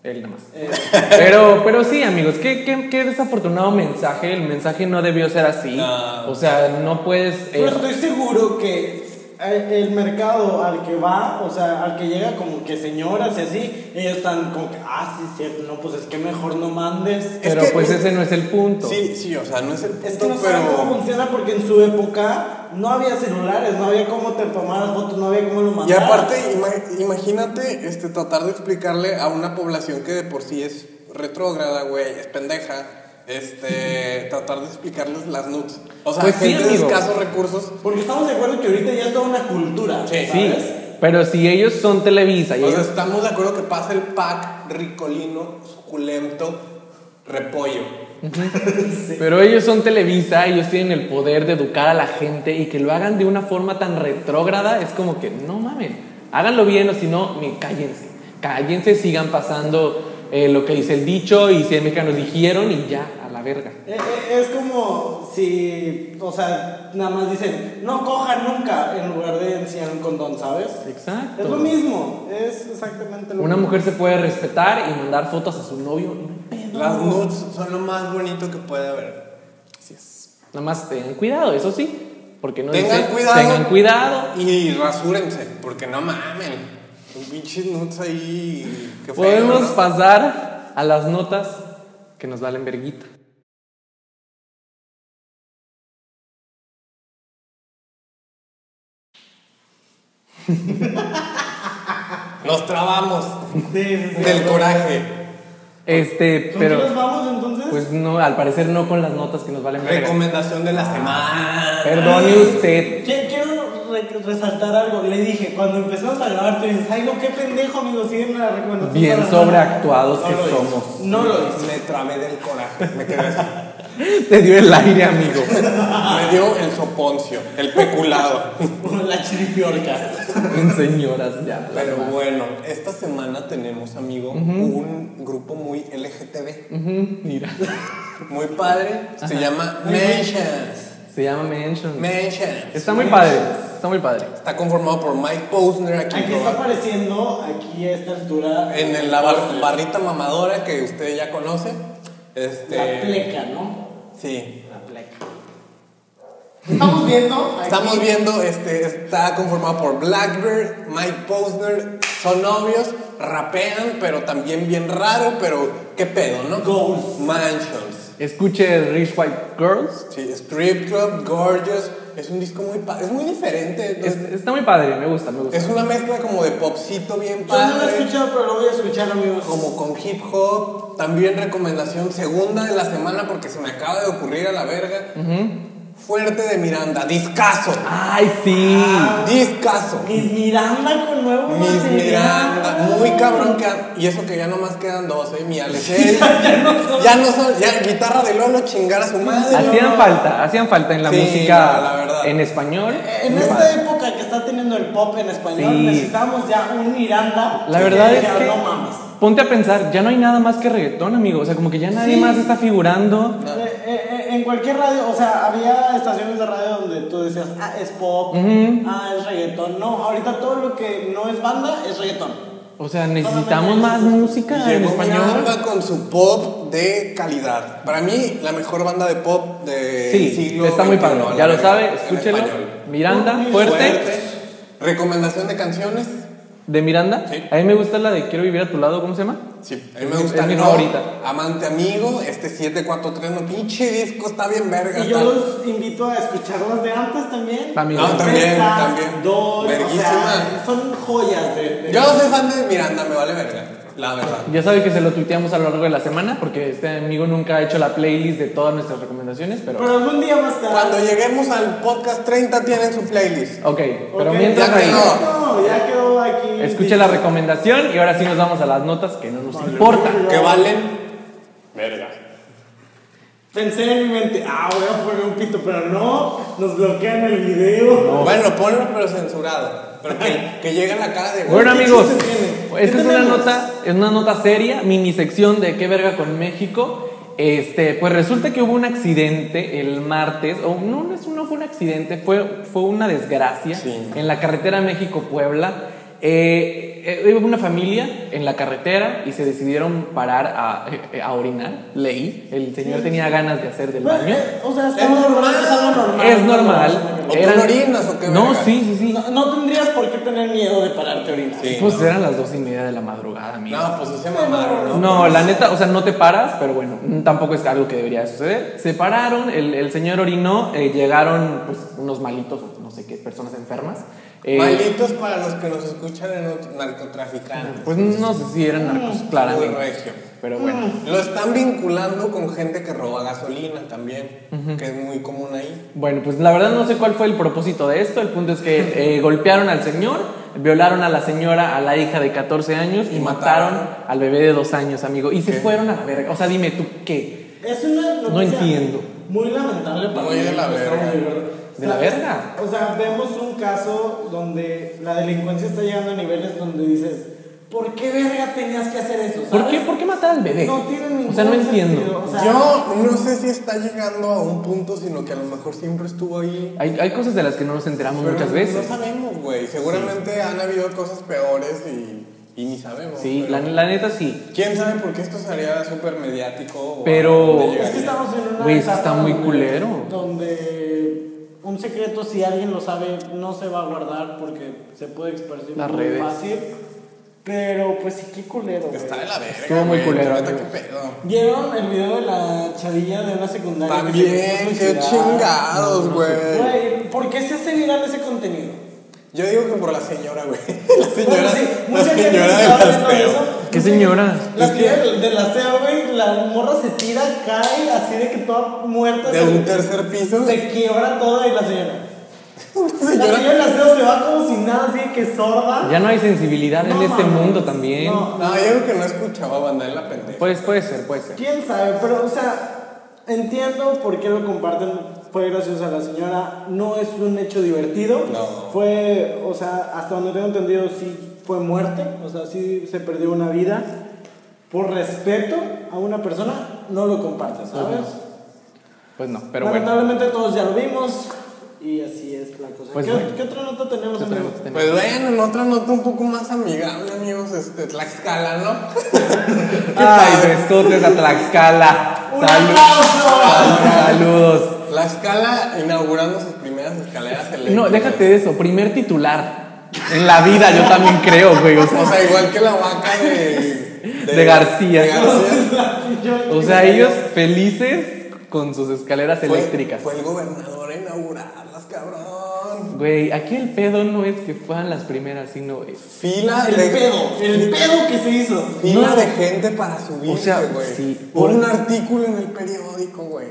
Speaker 1: Él nada más.
Speaker 3: Eh,
Speaker 1: Pero, pero sí, amigos, qué, qué- qué desafortunado mensaje. El mensaje no debió ser así.
Speaker 2: No. Pues,
Speaker 1: O sea, no puedes. eh,
Speaker 3: Pero estoy seguro que eh, el mercado al que va, o sea, al que llega como que señoras y así, ellos están como que, ah, sí, cierto, no, pues es que mejor no mandes.
Speaker 1: pero
Speaker 2: es que-
Speaker 1: pues ese no es el punto.
Speaker 2: Sí, sí, o sea, no es el punto,
Speaker 3: Es que no saben cómo
Speaker 2: pero.
Speaker 3: funciona porque en su época no había celulares, no había cómo te tomaras fotos, no había cómo lo
Speaker 2: Y
Speaker 3: mandaras.
Speaker 2: aparte, ima- imagínate este, tratar de explicarle a una población que de por sí es retrógrada, güey, es pendeja. Este, tratar de explicarles las nudes. O sea,
Speaker 1: Pues sí,
Speaker 2: gente de
Speaker 1: amigo.
Speaker 2: escasos recursos.
Speaker 3: Porque estamos de acuerdo que ahorita ya es toda una cultura.
Speaker 2: Sí.
Speaker 1: Sí,
Speaker 3: ¿sabes?
Speaker 1: pero si ellos son Televisa y
Speaker 2: O sea,
Speaker 1: ellos-
Speaker 2: estamos de acuerdo que pasa el pack ricolino, suculento, repollo.
Speaker 1: pero ellos son Televisa, ellos tienen el poder de educar a la gente y que lo hagan de una forma tan retrógrada es como que no mamen, háganlo bien o si no, mi- cállense, cállense, sigan pasando eh, lo que dice el dicho y si en México nos dijeron y ya a la verga.
Speaker 3: Eh, eh, Es como si, o sea, nada más dicen, no cojan nunca en lugar de enseñar un condón, ¿sabes?
Speaker 1: Exacto.
Speaker 3: Es lo mismo, es exactamente lo
Speaker 1: Una
Speaker 3: mismo.
Speaker 1: mujer se puede respetar y mandar fotos a su novio. y no hay pedo.
Speaker 2: Las nudes son lo más bonito que puede haber.
Speaker 1: Nada más tengan cuidado, eso sí. Porque no
Speaker 2: Tengan
Speaker 1: dice,
Speaker 2: cuidado.
Speaker 1: Tengan cuidado.
Speaker 2: Y rasúrense, porque no mamen. Son pinches nudes ahí. que feo,
Speaker 1: Podemos
Speaker 2: ¿no?
Speaker 1: pasar a las notas que nos valen verguita.
Speaker 2: Nos trabamos
Speaker 3: Sí, sí, sí.
Speaker 2: del coraje.
Speaker 1: Este,
Speaker 3: ¿Con qué nos
Speaker 1: pero
Speaker 3: vamos entonces?
Speaker 1: pues no, al parecer no con las notas que nos valen verga.
Speaker 2: Recomendación de la semana.
Speaker 1: Perdone usted.
Speaker 3: Qui- Ah, Quiero, re- resaltar algo. Le dije, cuando empezamos a grabar, tú dices, ay, no, qué pendejo, amigo, siguen la recomendación.
Speaker 1: Bien
Speaker 3: para-
Speaker 1: sobreactuados que
Speaker 3: lo hice.
Speaker 1: somos.
Speaker 3: No lo hice. (laughs)
Speaker 2: Me trabé del coraje, me quedé así.
Speaker 1: Te dio el aire, amigo. (laughs)
Speaker 2: Me dio el soponcio, el peculado.
Speaker 3: La chiripiorca.
Speaker 1: En señoras ya. la
Speaker 2: Pero
Speaker 1: más.
Speaker 2: bueno, esta semana tenemos, amigo, un grupo muy LGTB,
Speaker 1: Ujú, Mira.
Speaker 2: muy padre. Se llama Mentions.
Speaker 1: Se llama Mansion.
Speaker 2: Mentions.
Speaker 1: Está muy padre. Está muy padre.
Speaker 2: Está conformado por Mike Posner aquí,
Speaker 3: Aquí está apareciendo, aquí a esta altura.
Speaker 2: en el- la bar- barrita mamadora que usted ya conoce. Este,
Speaker 3: La pleca, ¿no?
Speaker 2: Sí.
Speaker 3: La pleca.
Speaker 6: Estamos viendo. aquí-
Speaker 2: Estamos viendo, este, está conformado por Blackbird, Mike Posner, son novios, rapean, pero también bien raro, pero qué pedo, ¿no?
Speaker 3: Goals.
Speaker 2: Mansions.
Speaker 1: Escuche Rich White Girls.
Speaker 2: Sí, Strip Club, Gorgeous. Es un disco muy pa- es muy diferente. ¿no?
Speaker 1: Es-
Speaker 2: Es,
Speaker 1: está muy padre, me gusta, me gusta.
Speaker 2: una mezcla como de popcito bien
Speaker 3: Yo no lo he
Speaker 2: padre,
Speaker 3: escuchado, pero lo voy a escuchar, amigos.
Speaker 2: como con hip hop. También recomendación segunda de la semana porque se me acaba de ocurrir a la verga. Fuerte de Miranda, discaso.
Speaker 1: ¡Ay, sí!
Speaker 2: Ah, Discaso.
Speaker 3: Miss Miranda con nuevo
Speaker 2: Mis
Speaker 3: material.
Speaker 2: Miranda, muy cabrón que y eso que ya nomás quedan dos, ¿eh?
Speaker 1: (laughs)
Speaker 2: mi Alexei.
Speaker 3: Ya no son-
Speaker 2: ya no son, ya guitarra de Lolo chingar a su madre.
Speaker 1: Hacían falta, hacían falta en la
Speaker 2: Sí,
Speaker 1: música
Speaker 2: no, la verdad. Eh,
Speaker 1: en español.
Speaker 3: En
Speaker 1: Muy
Speaker 3: esta
Speaker 1: padre.
Speaker 3: época que está teniendo el pop en español,
Speaker 1: Sí.
Speaker 3: necesitamos ya un Miranda.
Speaker 1: La verdad es
Speaker 3: diga,
Speaker 1: que
Speaker 3: No mames.
Speaker 1: ponte a pensar, ya no hay nada más que reggaetón, amigo. O sea, como que ya nadie
Speaker 3: Sí.
Speaker 1: más está figurando.
Speaker 3: Eh, eh, eh, en cualquier radio, o sea, había estaciones de radio donde tú decías, ah, es pop, ah, es reggaetón. No, ahorita todo lo que no es banda es reggaetón.
Speaker 1: O sea, necesitamos más
Speaker 2: Y
Speaker 1: música en
Speaker 2: Llegó mi
Speaker 1: español.
Speaker 2: banda con su pop de calidad. Para mí, la mejor banda de pop de
Speaker 1: Sí,
Speaker 2: siglo
Speaker 1: está muy
Speaker 2: XXI,
Speaker 1: padre.
Speaker 2: a la
Speaker 1: Ya lo
Speaker 2: verga,
Speaker 1: sabe,
Speaker 2: en
Speaker 1: escúchelo.
Speaker 2: español.
Speaker 1: Miranda,
Speaker 3: Muy
Speaker 1: fuerte.
Speaker 2: Fuerte. Recomendación de canciones.
Speaker 1: De Miranda.
Speaker 2: Sí.
Speaker 1: A mí me gusta la de Quiero vivir a tu lado, ¿cómo se llama?
Speaker 2: Sí, a mí me
Speaker 1: Es mi-
Speaker 2: gusta
Speaker 1: es mi
Speaker 2: No,
Speaker 1: favorita.
Speaker 2: Amante Amigo, este 743, no pinche disco, está bien verga.
Speaker 3: Y yo
Speaker 2: está-
Speaker 3: los invito a escuchar las de antes también.
Speaker 1: También.
Speaker 2: No, Ah, también,
Speaker 3: Fresa,
Speaker 2: también.
Speaker 3: Dol, o sea,
Speaker 2: Verguísima.
Speaker 3: son joyas de. de-
Speaker 2: Yo no soy fan de Miranda, me vale verga. La verdad.
Speaker 1: Ya sabe que se lo tuiteamos a lo largo de la semana porque este amigo nunca ha hecho la playlist de todas nuestras recomendaciones, pero...
Speaker 3: Pero algún día más tarde.
Speaker 2: Cuando lleguemos al podcast 30 tienen su playlist.
Speaker 1: ok, pero
Speaker 3: Ok,
Speaker 1: mientras
Speaker 2: ya
Speaker 1: ahí,
Speaker 2: quedó.
Speaker 3: No, ya quedó aquí.
Speaker 1: escuche la recomendación y ahora sí nos vamos a las notas que no nos importan.
Speaker 2: Que valen. Verga.
Speaker 3: Pensé en mi mente, ah, voy a poner un pito, pero no, nos bloquean el video.
Speaker 2: Bueno, ponlo pero censurado. Pero que, que lleguen a cara de
Speaker 1: Bueno
Speaker 2: ¿qué
Speaker 1: amigos,
Speaker 2: chiste tiene?
Speaker 1: esta
Speaker 3: ¿Qué
Speaker 1: es una
Speaker 3: tenemos?
Speaker 1: nota, es una nota seria, mini sección de qué verga con México. Este, pues resulta que hubo un accidente el martes, o no, no, es- no fue un accidente, fue, fue una desgracia
Speaker 2: Sí.
Speaker 1: en la carretera México-Puebla. Eh, eh, hubo una familia en la carretera y se decidieron parar a, eh, a orinar, leí. El señor tenía ganas de hacer del
Speaker 3: Bueno,
Speaker 1: baño.
Speaker 3: eh, o sea,
Speaker 2: Es
Speaker 3: estamos normal,
Speaker 2: normal.
Speaker 3: es algo normal.
Speaker 1: Es normal.
Speaker 2: ¿O tú no orinas o qué
Speaker 1: No,
Speaker 2: verga?
Speaker 1: sí, sí, sí.
Speaker 3: No, no tendrías por qué tener miedo de pararte ahorita.
Speaker 2: Sí,
Speaker 1: pues
Speaker 2: no.
Speaker 1: eran las dos y media de la madrugada, amigo.
Speaker 2: No, pues ese mamaron, ¿no?
Speaker 1: No, la neta, o sea, no te paras, pero bueno, tampoco es algo que debería de suceder. Se pararon, el, el señor orinó, eh, llegaron pues, unos malitos, o no sé qué, personas enfermas. Eh,
Speaker 2: Malditos para los que nos escuchan en otro- narcotraficantes.
Speaker 1: Pues no sé si eran narcos, claramente.
Speaker 2: Mm. Muy regio.
Speaker 1: Pero bueno.
Speaker 2: Lo están vinculando con gente que roba gasolina también, que es muy común ahí.
Speaker 1: Bueno, pues la verdad no sé cuál fue el propósito de esto. El punto es
Speaker 3: (laughs)
Speaker 1: que eh, golpearon al señor, violaron a la señora, a la hija de 14 años y,
Speaker 2: Y
Speaker 1: mataron
Speaker 2: mataron.
Speaker 1: al bebé de 2 años, amigo. Y se
Speaker 2: ¿Qué?
Speaker 1: fueron a la verga. O sea, dime tú qué.
Speaker 3: Es una
Speaker 1: No
Speaker 3: noticia
Speaker 1: entiendo.
Speaker 3: Muy lamentable para
Speaker 2: Muy de
Speaker 3: mí,
Speaker 2: la
Speaker 3: pues,
Speaker 2: verga.
Speaker 3: muy ver-
Speaker 1: De la
Speaker 3: ¿Sabes?
Speaker 1: verga.
Speaker 3: O sea, vemos un caso donde la delincuencia está llegando a niveles donde dices, ¿por qué verga tenías que hacer eso?
Speaker 1: ¿Por
Speaker 3: ¿sabes?
Speaker 1: qué, ¿Por qué matar al bebé?
Speaker 3: No tiene ningún
Speaker 1: o sea, no entiendo.
Speaker 3: sentido, o sea,
Speaker 2: Yo no sé si está llegando a un punto, sino que a lo mejor siempre estuvo ahí.
Speaker 1: Hay, hay cosas de las que no nos enteramos
Speaker 2: Pero
Speaker 1: muchas veces.
Speaker 2: No sabemos, güey. Seguramente han habido cosas peores y, y ni sabemos.
Speaker 1: Sí, la,
Speaker 2: pero
Speaker 1: la neta sí.
Speaker 2: ¿Quién sabe por qué esto sería súper mediático? o a
Speaker 1: Pero-
Speaker 2: dónde
Speaker 3: Es que
Speaker 2: llegaría?
Speaker 3: estamos en una.
Speaker 1: Güey, eso
Speaker 3: etapa
Speaker 1: está muy
Speaker 3: donde-
Speaker 1: culero.
Speaker 3: Donde un secreto, si alguien lo sabe, no se va a guardar porque se puede expresar
Speaker 1: Las
Speaker 3: muy
Speaker 1: redes.
Speaker 3: fácil. Pero pues sí, qué culero. güey.
Speaker 2: Está de la verga.
Speaker 1: Estuvo muy
Speaker 2: güey,
Speaker 1: culero,
Speaker 2: neta,
Speaker 1: amigo.
Speaker 2: qué pedo.
Speaker 3: ¿Vieron el video de la chavilla de una secundaria? que se
Speaker 2: También,
Speaker 3: quiso
Speaker 2: qué
Speaker 3: suicidar?
Speaker 2: chingados, güey.
Speaker 3: Güey, ¿por qué se hace viral ese contenido?
Speaker 2: Yo digo que por la señora, güey. (laughs) La
Speaker 3: Bueno,
Speaker 2: señora,
Speaker 3: sí,
Speaker 2: la
Speaker 3: mucha gente
Speaker 2: señora de
Speaker 3: estaba
Speaker 2: las
Speaker 3: haciendo
Speaker 2: peores.
Speaker 3: eso.
Speaker 1: ¿Qué señora?
Speaker 3: La
Speaker 2: Es que-
Speaker 3: tía de la SEA, güey, la morra se tira, cae así de que toda muerta.
Speaker 2: De
Speaker 3: se-
Speaker 2: un tercer piso.
Speaker 3: Se quiebra toda y la señora. La señora Laceo se va como si nada, así que sorda.
Speaker 1: Ya no hay sensibilidad en
Speaker 3: No
Speaker 1: este
Speaker 3: mames,
Speaker 1: mundo también.
Speaker 3: no.
Speaker 2: No, yo creo que no escuchaba banda en la pendeja.
Speaker 1: Pues puede ser, puede ser.
Speaker 3: Quién sabe, pero o sea, entiendo por qué lo comparten. Fue gracias a la señora, no es un hecho divertido.
Speaker 2: No.
Speaker 3: Fue, o sea, hasta donde tengo entendido, sí fue muerte, o sea, sí se perdió una vida. Por respeto a una persona, no lo compartes, ¿sabes?
Speaker 1: Pues no, pero bueno.
Speaker 3: Lamentablemente todos ya lo vimos y así es la cosa.
Speaker 1: Pues
Speaker 3: ¿Qué,
Speaker 1: bueno.
Speaker 3: qué otra nota tenemos, amigo?
Speaker 1: este
Speaker 2: Pues bueno, en otra nota un poco más amigable, amigos, este, Tlaxcala, ¿no?
Speaker 1: Ay, besotes a Tlaxcala.
Speaker 3: ¡Un
Speaker 1: Saludos. Saludos.
Speaker 2: Tlaxcala inaugurando sus primeras escaleras eléctricas.
Speaker 1: No, déjate eso. Primer titular. En la vida, yo también creo, güey. O
Speaker 2: O
Speaker 1: sea,
Speaker 2: sea, igual que la vaca de...
Speaker 1: De García. (laughs)
Speaker 2: de García.
Speaker 3: (laughs)
Speaker 1: o sea, ellos felices con sus escaleras
Speaker 2: Fue-
Speaker 1: eléctricas.
Speaker 2: Fue, el gobernador a inaugurarlas, cabrón.
Speaker 1: Güey, aquí el pedo no es que fueran las primeras, sino eh, es.
Speaker 2: Fila
Speaker 3: El
Speaker 2: de...
Speaker 3: pedo, el pedo que se hizo.
Speaker 2: Fila
Speaker 1: No.
Speaker 2: de gente para subirse,
Speaker 1: O sea,
Speaker 2: güey.
Speaker 1: sí.
Speaker 2: Por un artículo en el periódico, güey.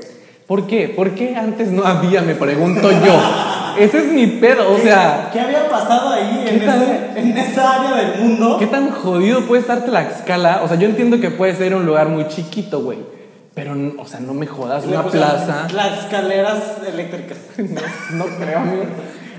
Speaker 1: ¿Por qué? ¿Por qué antes no había? Me pregunto yo. Ese es mi pedo, o sea.
Speaker 3: ¿Qué había pasado ahí en,
Speaker 1: ¿Qué tal?
Speaker 3: ese- en esa área del mundo?
Speaker 1: ¿Qué tan jodido puede estar Tlaxcala? O sea, yo entiendo que puede ser un lugar muy chiquito, güey. Pero, n- o sea, no me jodas, una plaza.
Speaker 3: Las escaleras eléctricas.
Speaker 1: (laughs) No creo, amigo.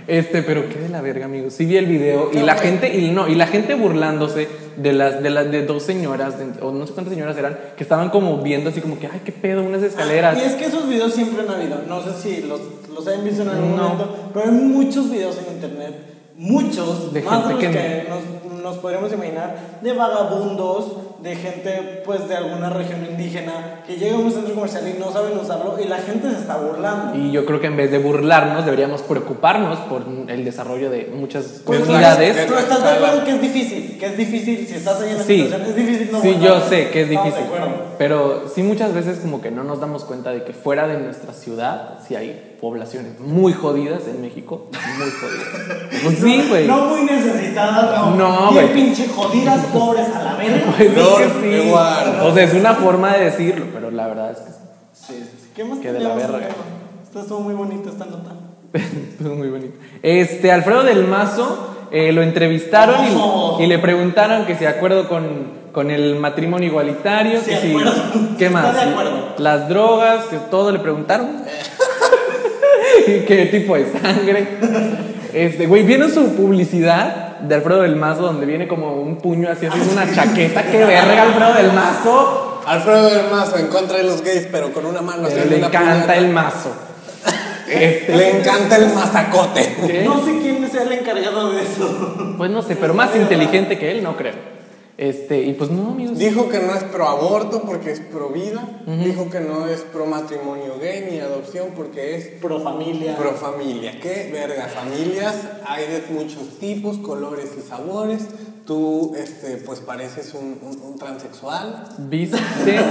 Speaker 1: Este, pero qué de la verga, amigo. Sí vi el video y la gente, y no, y la gente burlándose de las, de las, de dos señoras, de- o no sé cuántas señoras eran, que estaban como viendo así como que, ay, qué pedo, unas escaleras.
Speaker 3: Y es que esos videos siempre han habido. No sé si los, los hayan visto en algún
Speaker 1: No.
Speaker 3: momento, pero hay muchos videos en internet. Muchos,
Speaker 1: De
Speaker 3: más de los
Speaker 1: gente
Speaker 3: que,
Speaker 1: que
Speaker 3: nos, nos podríamos imaginar, de vagabundos, de gente pues de alguna región indígena, que llega a un centro comercial y no saben usarlo y la gente se está burlando.
Speaker 1: Y yo creo que en vez de burlarnos, deberíamos preocuparnos por el desarrollo de muchas
Speaker 2: Pues,
Speaker 1: comunidades.
Speaker 2: es-
Speaker 3: Pero estás de
Speaker 2: Tlaxcala.
Speaker 3: acuerdo que es difícil, que es difícil, si estás ahí en la
Speaker 1: Sí,
Speaker 3: situación, es difícil no
Speaker 1: sí, yo
Speaker 3: burlarse.
Speaker 1: sé que es
Speaker 3: Estamos de
Speaker 1: difícil.
Speaker 3: acuerdo.
Speaker 1: Pero sí muchas veces como que no nos damos cuenta de que fuera de nuestra ciudad sí hay poblaciones muy jodidas en México, muy
Speaker 3: (laughs)
Speaker 1: jodidas. Pues sí, güey.
Speaker 3: No muy necesitadas, no.
Speaker 1: No,
Speaker 3: Bien
Speaker 1: güey.
Speaker 3: pinche jodidas,
Speaker 1: (laughs)
Speaker 3: pobres a la verga.
Speaker 1: Pues es
Speaker 2: No,
Speaker 1: que sí.
Speaker 2: igual.
Speaker 1: O sea, es una forma de decirlo, pero la verdad es (laughs) que
Speaker 3: Sí, sí, sí. ¿Qué más
Speaker 1: Que de la
Speaker 3: tenemos,
Speaker 1: verga.
Speaker 3: amigo? Esta estuvo muy bonita esta nota.
Speaker 1: es muy bonito. Este, Alfredo del Mazo eh, lo entrevistaron y-
Speaker 3: Ojo.
Speaker 1: y, le preguntaron que si de acuerdo con, con el matrimonio igualitario,
Speaker 3: Sí,
Speaker 1: que
Speaker 3: de
Speaker 1: si,
Speaker 3: acuerdo.
Speaker 1: ¿qué
Speaker 3: Está
Speaker 1: más?
Speaker 3: de acuerdo.
Speaker 1: Las drogas, que todo le
Speaker 3: (laughs)
Speaker 1: preguntaron. Y ¿Qué tipo de sangre? Este, güey, ¿vieron su publicidad de Alfredo del Mazo donde viene como un puño así, así
Speaker 3: Ah,
Speaker 1: una chaqueta? ¡Qué verga, Alfredo del Mazo!
Speaker 2: Alfredo del Mazo en contra de los gays, pero con una mano...
Speaker 1: Pero
Speaker 2: haciendo
Speaker 1: Eh, le
Speaker 2: una
Speaker 1: encanta
Speaker 2: puñeta.
Speaker 1: el
Speaker 2: (laughs)
Speaker 1: mazo. Este,
Speaker 2: Le encanta el mazacote.
Speaker 1: ¿qué?
Speaker 3: No sé quién sea el encargado
Speaker 1: (laughs)
Speaker 3: de eso.
Speaker 1: pues no sé, pero más inteligente que él, no creo. Este, y pues no, amigos.
Speaker 2: Dijo que no es pro aborto porque es pro vida. Dijo que no es pro matrimonio gay ni adopción porque es
Speaker 3: Pro familia.
Speaker 2: pro familia. Qué verga, familias hay de muchos tipos, colores y sabores. Tú, este, pues pareces un, un- un transexual.
Speaker 1: ¿Viste,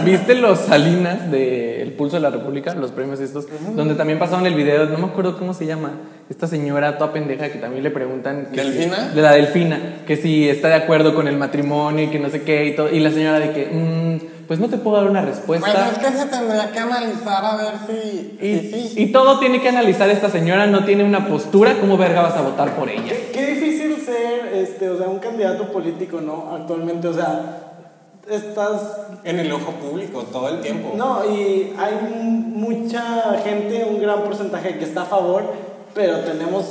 Speaker 1: ¿Viste los Salinas de El Pulso de la República? Los premios estos. Donde también pasaron el video, no me acuerdo cómo se llama. Esta señora toda pendeja que también le preguntan. que si-
Speaker 2: ¿Delfina?
Speaker 1: de la Delfina. Que si está de acuerdo con el matrimonio y que no sé qué y todo. Y la señora de que, "Mm, pues no te puedo dar una respuesta.
Speaker 2: Bueno, es que se tendría que analizar a ver si.
Speaker 1: Y,
Speaker 2: si sí.
Speaker 1: y todo tiene que analizar esta señora, no tiene una postura, ¿cómo verga vas a votar por ella?
Speaker 3: Qué, qué difícil ser, este, o sea, un candidato político, ¿no? Actualmente, o sea, estás
Speaker 2: En el ojo público todo el tiempo.
Speaker 3: No, y hay m- mucha gente, un gran porcentaje que está a favor, pero tenemos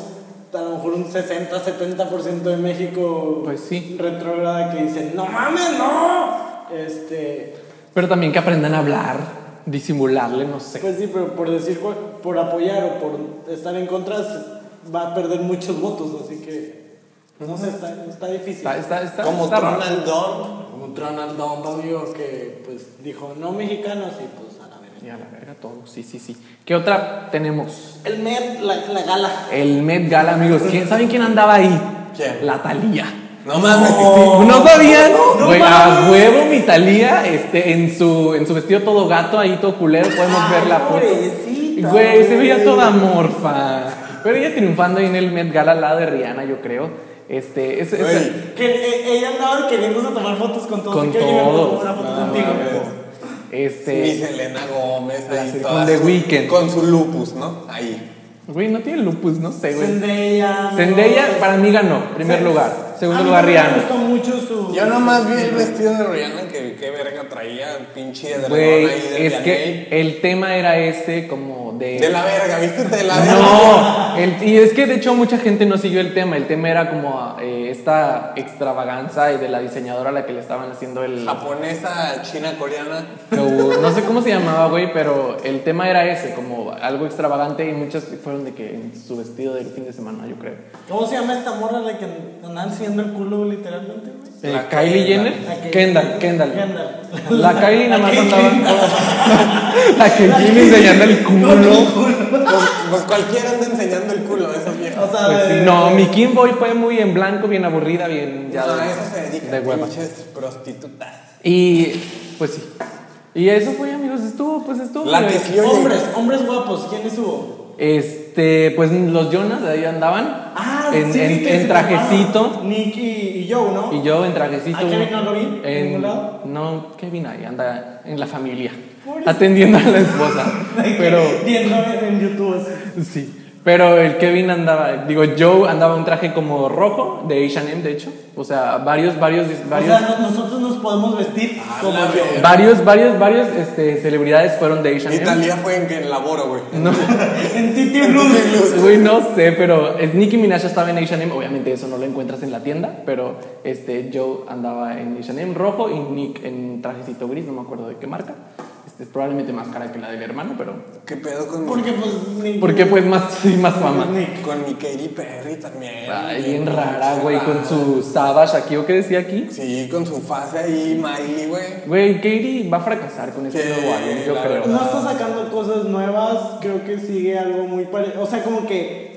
Speaker 3: a lo mejor un 60, 70% de México
Speaker 1: Pues sí.
Speaker 3: retrógrada que dicen, no mames, no. Este,
Speaker 1: Pero también que aprendan a hablar, disimularle, no sé.
Speaker 3: pues sí, pero por decir, cual- por apoyar o por estar en contra, se- va a perder muchos votos, así que no sé, está, está difícil.
Speaker 1: Está, está, está,
Speaker 2: Como
Speaker 1: está raro.
Speaker 2: Donald Trump. Como Donald Trump, amigo, que pues.
Speaker 3: Dijo, no mexicanos y pues a la verga.
Speaker 1: Y a la verga todo, sí, sí, sí. ¿Qué otra tenemos?
Speaker 3: El Met, la, la gala.
Speaker 1: El Met Gala, amigos. ¿Quién- ¿Saben quién andaba ahí?
Speaker 2: ¿Quién? Oh,
Speaker 1: La Talía.
Speaker 2: No mames.
Speaker 1: ¿No sabían?
Speaker 3: no
Speaker 1: Güey, a
Speaker 3: mames.
Speaker 1: huevo mi Talía, este, en su, en su vestido todo gato, ahí todo culero, podemos
Speaker 3: Ay,
Speaker 1: ver la foto.
Speaker 3: pobrecita,
Speaker 1: Güey, se veía
Speaker 3: güey.
Speaker 1: toda morfa. Pero ella triunfando ahí en el Met Gala al lado de Rihanna, yo creo. Este, es, es-
Speaker 2: Güey.
Speaker 3: Que eh, ella andaba queriéndose tomar fotos con todos.
Speaker 1: Con
Speaker 3: que yo me puedo tomar una
Speaker 1: todos. Ah,
Speaker 3: foto
Speaker 2: No
Speaker 3: contigo.
Speaker 2: mames.
Speaker 1: este.
Speaker 2: Mi Selena Gómez ahí
Speaker 1: Con
Speaker 2: toda
Speaker 1: The
Speaker 2: su-
Speaker 1: Weeknd.
Speaker 2: Con su lupus, ¿no? Ahí.
Speaker 1: Güey, no tiene lupus, no sé, güey.
Speaker 3: Zendaya. no,
Speaker 1: Zendaya
Speaker 3: es-
Speaker 1: para mí ganó, primer
Speaker 3: Sí.
Speaker 1: lugar.
Speaker 3: A
Speaker 1: Segundo
Speaker 3: mí
Speaker 1: lugar,
Speaker 3: Me
Speaker 1: Rihanna.
Speaker 3: gustó mucho su.
Speaker 2: Yo nomás vi el vestido de Rihanna que qué verga traía, pinche de dragón
Speaker 1: Güey,
Speaker 2: ahí de
Speaker 1: es que el tema era este como de...
Speaker 2: De la verga, ¿viste? De la verga. (laughs)
Speaker 1: No, el- y es que de hecho mucha gente no siguió el tema. El tema era como eh, esta extravaganza y de la diseñadora a la que le estaban haciendo el.
Speaker 2: Japonesa, china, coreana.
Speaker 1: lo- No sé cómo se llamaba, güey, pero el tema era ese, como algo extravagante y muchas fueron de que en su vestido del fin de semana, yo creo.
Speaker 3: ¿Cómo se llama esta morra la que andaban siguiendo el culo literalmente, güey?
Speaker 1: Eh,
Speaker 2: La
Speaker 1: Kylie
Speaker 2: Kendall.
Speaker 1: Jenner,
Speaker 3: La que-
Speaker 1: Kendall, Kendall.
Speaker 3: Kendall.
Speaker 1: La Kylie nada más
Speaker 3: La
Speaker 1: andaba. (laughs)
Speaker 3: Caitlyn.
Speaker 1: La que Jimmy enseñando el culo.
Speaker 2: Pues, pues cualquiera anda enseñando el culo de esas viejas.
Speaker 3: O sea,
Speaker 1: Pues sí,
Speaker 3: de-
Speaker 1: no, mi Kim Boy fue muy en blanco, bien aburrida, bien ya.
Speaker 2: no,
Speaker 1: de-
Speaker 2: a eso se dedican
Speaker 1: de hueva.
Speaker 2: pinches prostitutas.
Speaker 1: Y pues sí. Y eso fue, amigos, estuvo, pues estuvo.
Speaker 2: La que
Speaker 1: güey.
Speaker 2: sí, oye,
Speaker 3: Hombres, hombres guapos, ¿quiénes hubo?
Speaker 1: Este, pues los Jonas de ahí andaban. en,
Speaker 3: Ah, sí,
Speaker 1: en-
Speaker 3: vi que
Speaker 1: en
Speaker 3: se
Speaker 1: trajecito.
Speaker 3: llamaban Nick y, y Joe, ¿no?
Speaker 1: Y yo en trajecito.
Speaker 3: ¿A Kevin no lo vi? ¿En
Speaker 1: en-
Speaker 3: ningún lado?
Speaker 1: No, Kevin ahí anda en la familia.
Speaker 3: Pobrecito.
Speaker 1: Atendiendo a la esposa.
Speaker 3: (laughs)
Speaker 1: Pero
Speaker 3: Viendo en en YouTube así.
Speaker 1: (laughs) sí. Pero el Kevin andaba, digo, Joe andaba un traje como rojo de HM, de hecho. O sea, varios, varios,
Speaker 3: O
Speaker 1: varios.
Speaker 3: sea, no- nosotros nos podemos vestir como
Speaker 2: la
Speaker 3: yo.
Speaker 2: verga.
Speaker 1: varios, varios, varios este, celebridades fueron de HM.
Speaker 2: Italia fue en que enlaboro, güey.
Speaker 1: No.
Speaker 3: (laughs)
Speaker 1: (laughs)
Speaker 3: En Titi Blues.
Speaker 1: Uy, no sé, pero eh, Nicki Minaj estaba en H&M, obviamente eso no lo encuentras en la tienda, pero este Joe andaba en H&M rojo y Nick en trajecito gris, no me acuerdo de qué marca. Este, probablemente más cara que la del hermano, pero
Speaker 2: ¿Qué pedo con,
Speaker 3: (laughs) Porque pues. ni-
Speaker 1: porque pues más (laughs) sí, más fama.
Speaker 2: mi, con mi Katy Perry también?
Speaker 1: Ay,
Speaker 2: güey,
Speaker 1: bien
Speaker 2: pinche
Speaker 1: rara, güey, con
Speaker 2: rara.
Speaker 1: su Savage aquí o qué decía aquí.
Speaker 2: Sí, con su fase ahí, Miley, güey.
Speaker 1: Güey, Katie va a fracasar con este
Speaker 2: Sí,
Speaker 1: nuevo álbum, yo
Speaker 2: la
Speaker 1: creo.
Speaker 2: verdad.
Speaker 3: No está sacando cosas nuevas, creo que sigue algo muy parecido. O sea, como que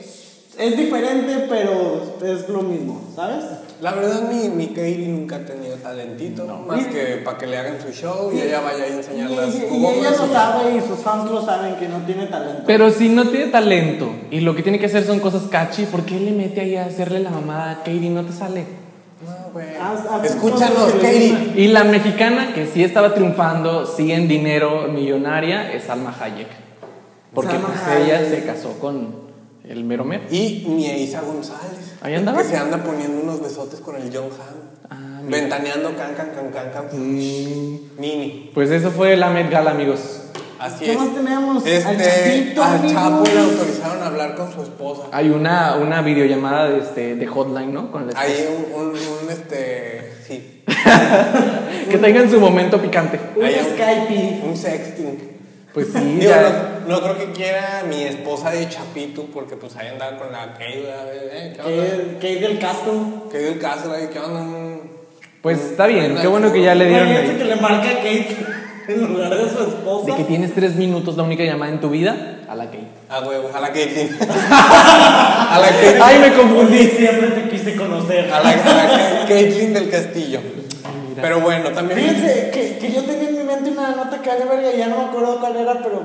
Speaker 3: es diferente, pero es lo mismo, ¿sabes?
Speaker 2: La verdad, mi, mi Kylie nunca ha tenido talentito, más que para que le hagan su show y ella vaya a
Speaker 3: Y,
Speaker 2: enseñar las
Speaker 3: y- y ella
Speaker 2: jugones
Speaker 3: lo
Speaker 2: y-
Speaker 3: sabe y sus fans lo saben que no tiene talento.
Speaker 1: Pero si no tiene talento y lo que tiene que hacer son cosas catchy, ¿por qué le mete ahí a hacerle la mamada a Katie? No te sale.
Speaker 2: No, güey.
Speaker 3: Haz- haz
Speaker 2: Escúchanos,
Speaker 3: cosas que le
Speaker 2: Katie.
Speaker 3: gustan.
Speaker 1: Y la mexicana que sí estaba triunfando, sí en dinero millonaria, es Alma Hayek. Porque
Speaker 3: Salma
Speaker 1: pues,
Speaker 3: Hayek.
Speaker 1: ella se casó con el mero mero.
Speaker 2: Y mi Eiza González.
Speaker 1: Ahí andaba.
Speaker 2: Que se anda poniendo unos besotes con el John Hamm.
Speaker 1: Ah, mira. Mm.
Speaker 2: Ventaneando can, can, can, can, can. Mini.
Speaker 1: Pues eso fue la Met Gala, amigos.
Speaker 2: Así
Speaker 3: ¿Qué
Speaker 2: es.
Speaker 3: más tenemos? Al
Speaker 2: Este,
Speaker 3: Chapito,
Speaker 2: al Chapo
Speaker 3: amigos.
Speaker 2: le autorizaron a hablar con su esposa.
Speaker 1: Hay una, una videollamada de, este, de hotline, ¿no? Con la esposa.
Speaker 2: Ahí un, un, un, este, sí.
Speaker 1: Que tengan su momento picante.
Speaker 3: Un
Speaker 2: Ahí hay-
Speaker 3: Skype.
Speaker 2: Un sexting.
Speaker 1: Pues sí,
Speaker 2: Digo,
Speaker 1: ya.
Speaker 2: no, no creo que quiera mi esposa de Chapito, porque pues ahí andaba con la Keila, eh, ¿qué onda?
Speaker 3: Que, que es del Castro.
Speaker 2: Que dio el caso, eh, ¿qué onda?
Speaker 1: Pues está bien, qué bueno que ya le dieron
Speaker 3: Güey, ese
Speaker 1: ahí.
Speaker 3: que le marca a Kate (laughs) en lugar de su esposa.
Speaker 1: De que tienes tres minutos la única llamada en tu vida, a la Kate.
Speaker 2: A huevo, a la Caitlyn. a la Caitlyn.
Speaker 1: ¡Ay, me confundí!
Speaker 3: Porque siempre te quise conocer.
Speaker 2: A la, a la Caitlyn del Castillo. Pero bueno, también.
Speaker 3: Fíjense que, que yo tenía en mi mente una nota que vale verga y ya no me acuerdo cuál era, pero.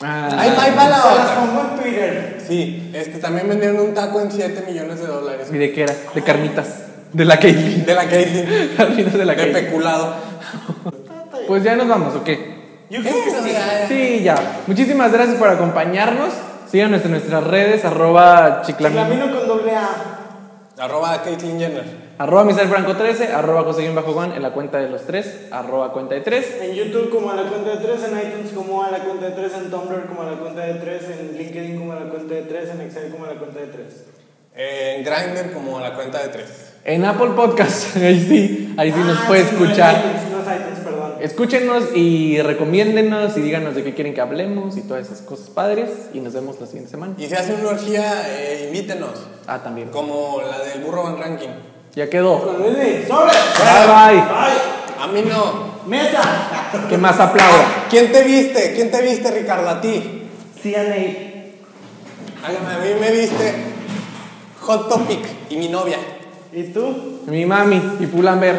Speaker 1: Ah,
Speaker 2: Ahí va, ahí va la
Speaker 3: se las
Speaker 2: otra.
Speaker 3: pongo en Twitter.
Speaker 2: Sí, este, también vendieron un taco en 7 millones de dólares.
Speaker 1: ¿Y de qué era? De carnitas. De la (laughs) Kate.
Speaker 2: De la Caitlyn.
Speaker 1: Carnitas de la
Speaker 2: De
Speaker 1: Kate.
Speaker 2: peculado.
Speaker 1: Pues ya nos vamos, ¿ok?
Speaker 3: Yo creo
Speaker 2: Eh,
Speaker 3: que sí.
Speaker 1: Sí, ya. Muchísimas gracias por acompañarnos. Síganos en nuestras redes, arroba chiclamino,
Speaker 3: Clamino con doble A.
Speaker 2: Arroba a Caitlyn Jenner.
Speaker 1: arroba miserfranco13, arroba José bajo Juan en la cuenta de los tres, arroba cuenta de tres.
Speaker 3: En YouTube como a la cuenta de 3, en iTunes como a la cuenta de 3, en Tumblr como a la cuenta de 3, en LinkedIn como a la cuenta de 3, en Excel como a la cuenta de 3.
Speaker 2: Eh, En Grindr como la cuenta de 3.
Speaker 1: En Apple Podcast, (laughs) ahí sí, ahí sí nos puede
Speaker 3: Ah, No
Speaker 1: escuchar.
Speaker 3: es iTunes, no es iTunes, perdón.
Speaker 1: Escúchenos y recomiéndenos y díganos de qué quieren que hablemos y todas esas cosas padres. Y nos vemos la siguiente semana.
Speaker 2: Y si hace una orgía, eh, invítenos.
Speaker 1: Ah, también.
Speaker 2: Como la del burro van ranking.
Speaker 1: Ya quedó.
Speaker 3: Con Luis, ¡Sobre!
Speaker 1: Bye bye.
Speaker 3: ¡Ay!
Speaker 2: A mí no. Ah,
Speaker 3: ¡Mesa!
Speaker 1: Que más aplaudo.
Speaker 2: ¿Quién te viste? ¿Quién te viste, Ricardo? A ti.
Speaker 3: CNA.
Speaker 2: A a mí me viste Hot Topic y mi novia.
Speaker 3: ¿Y tú?
Speaker 1: Mi mami y Pulamber.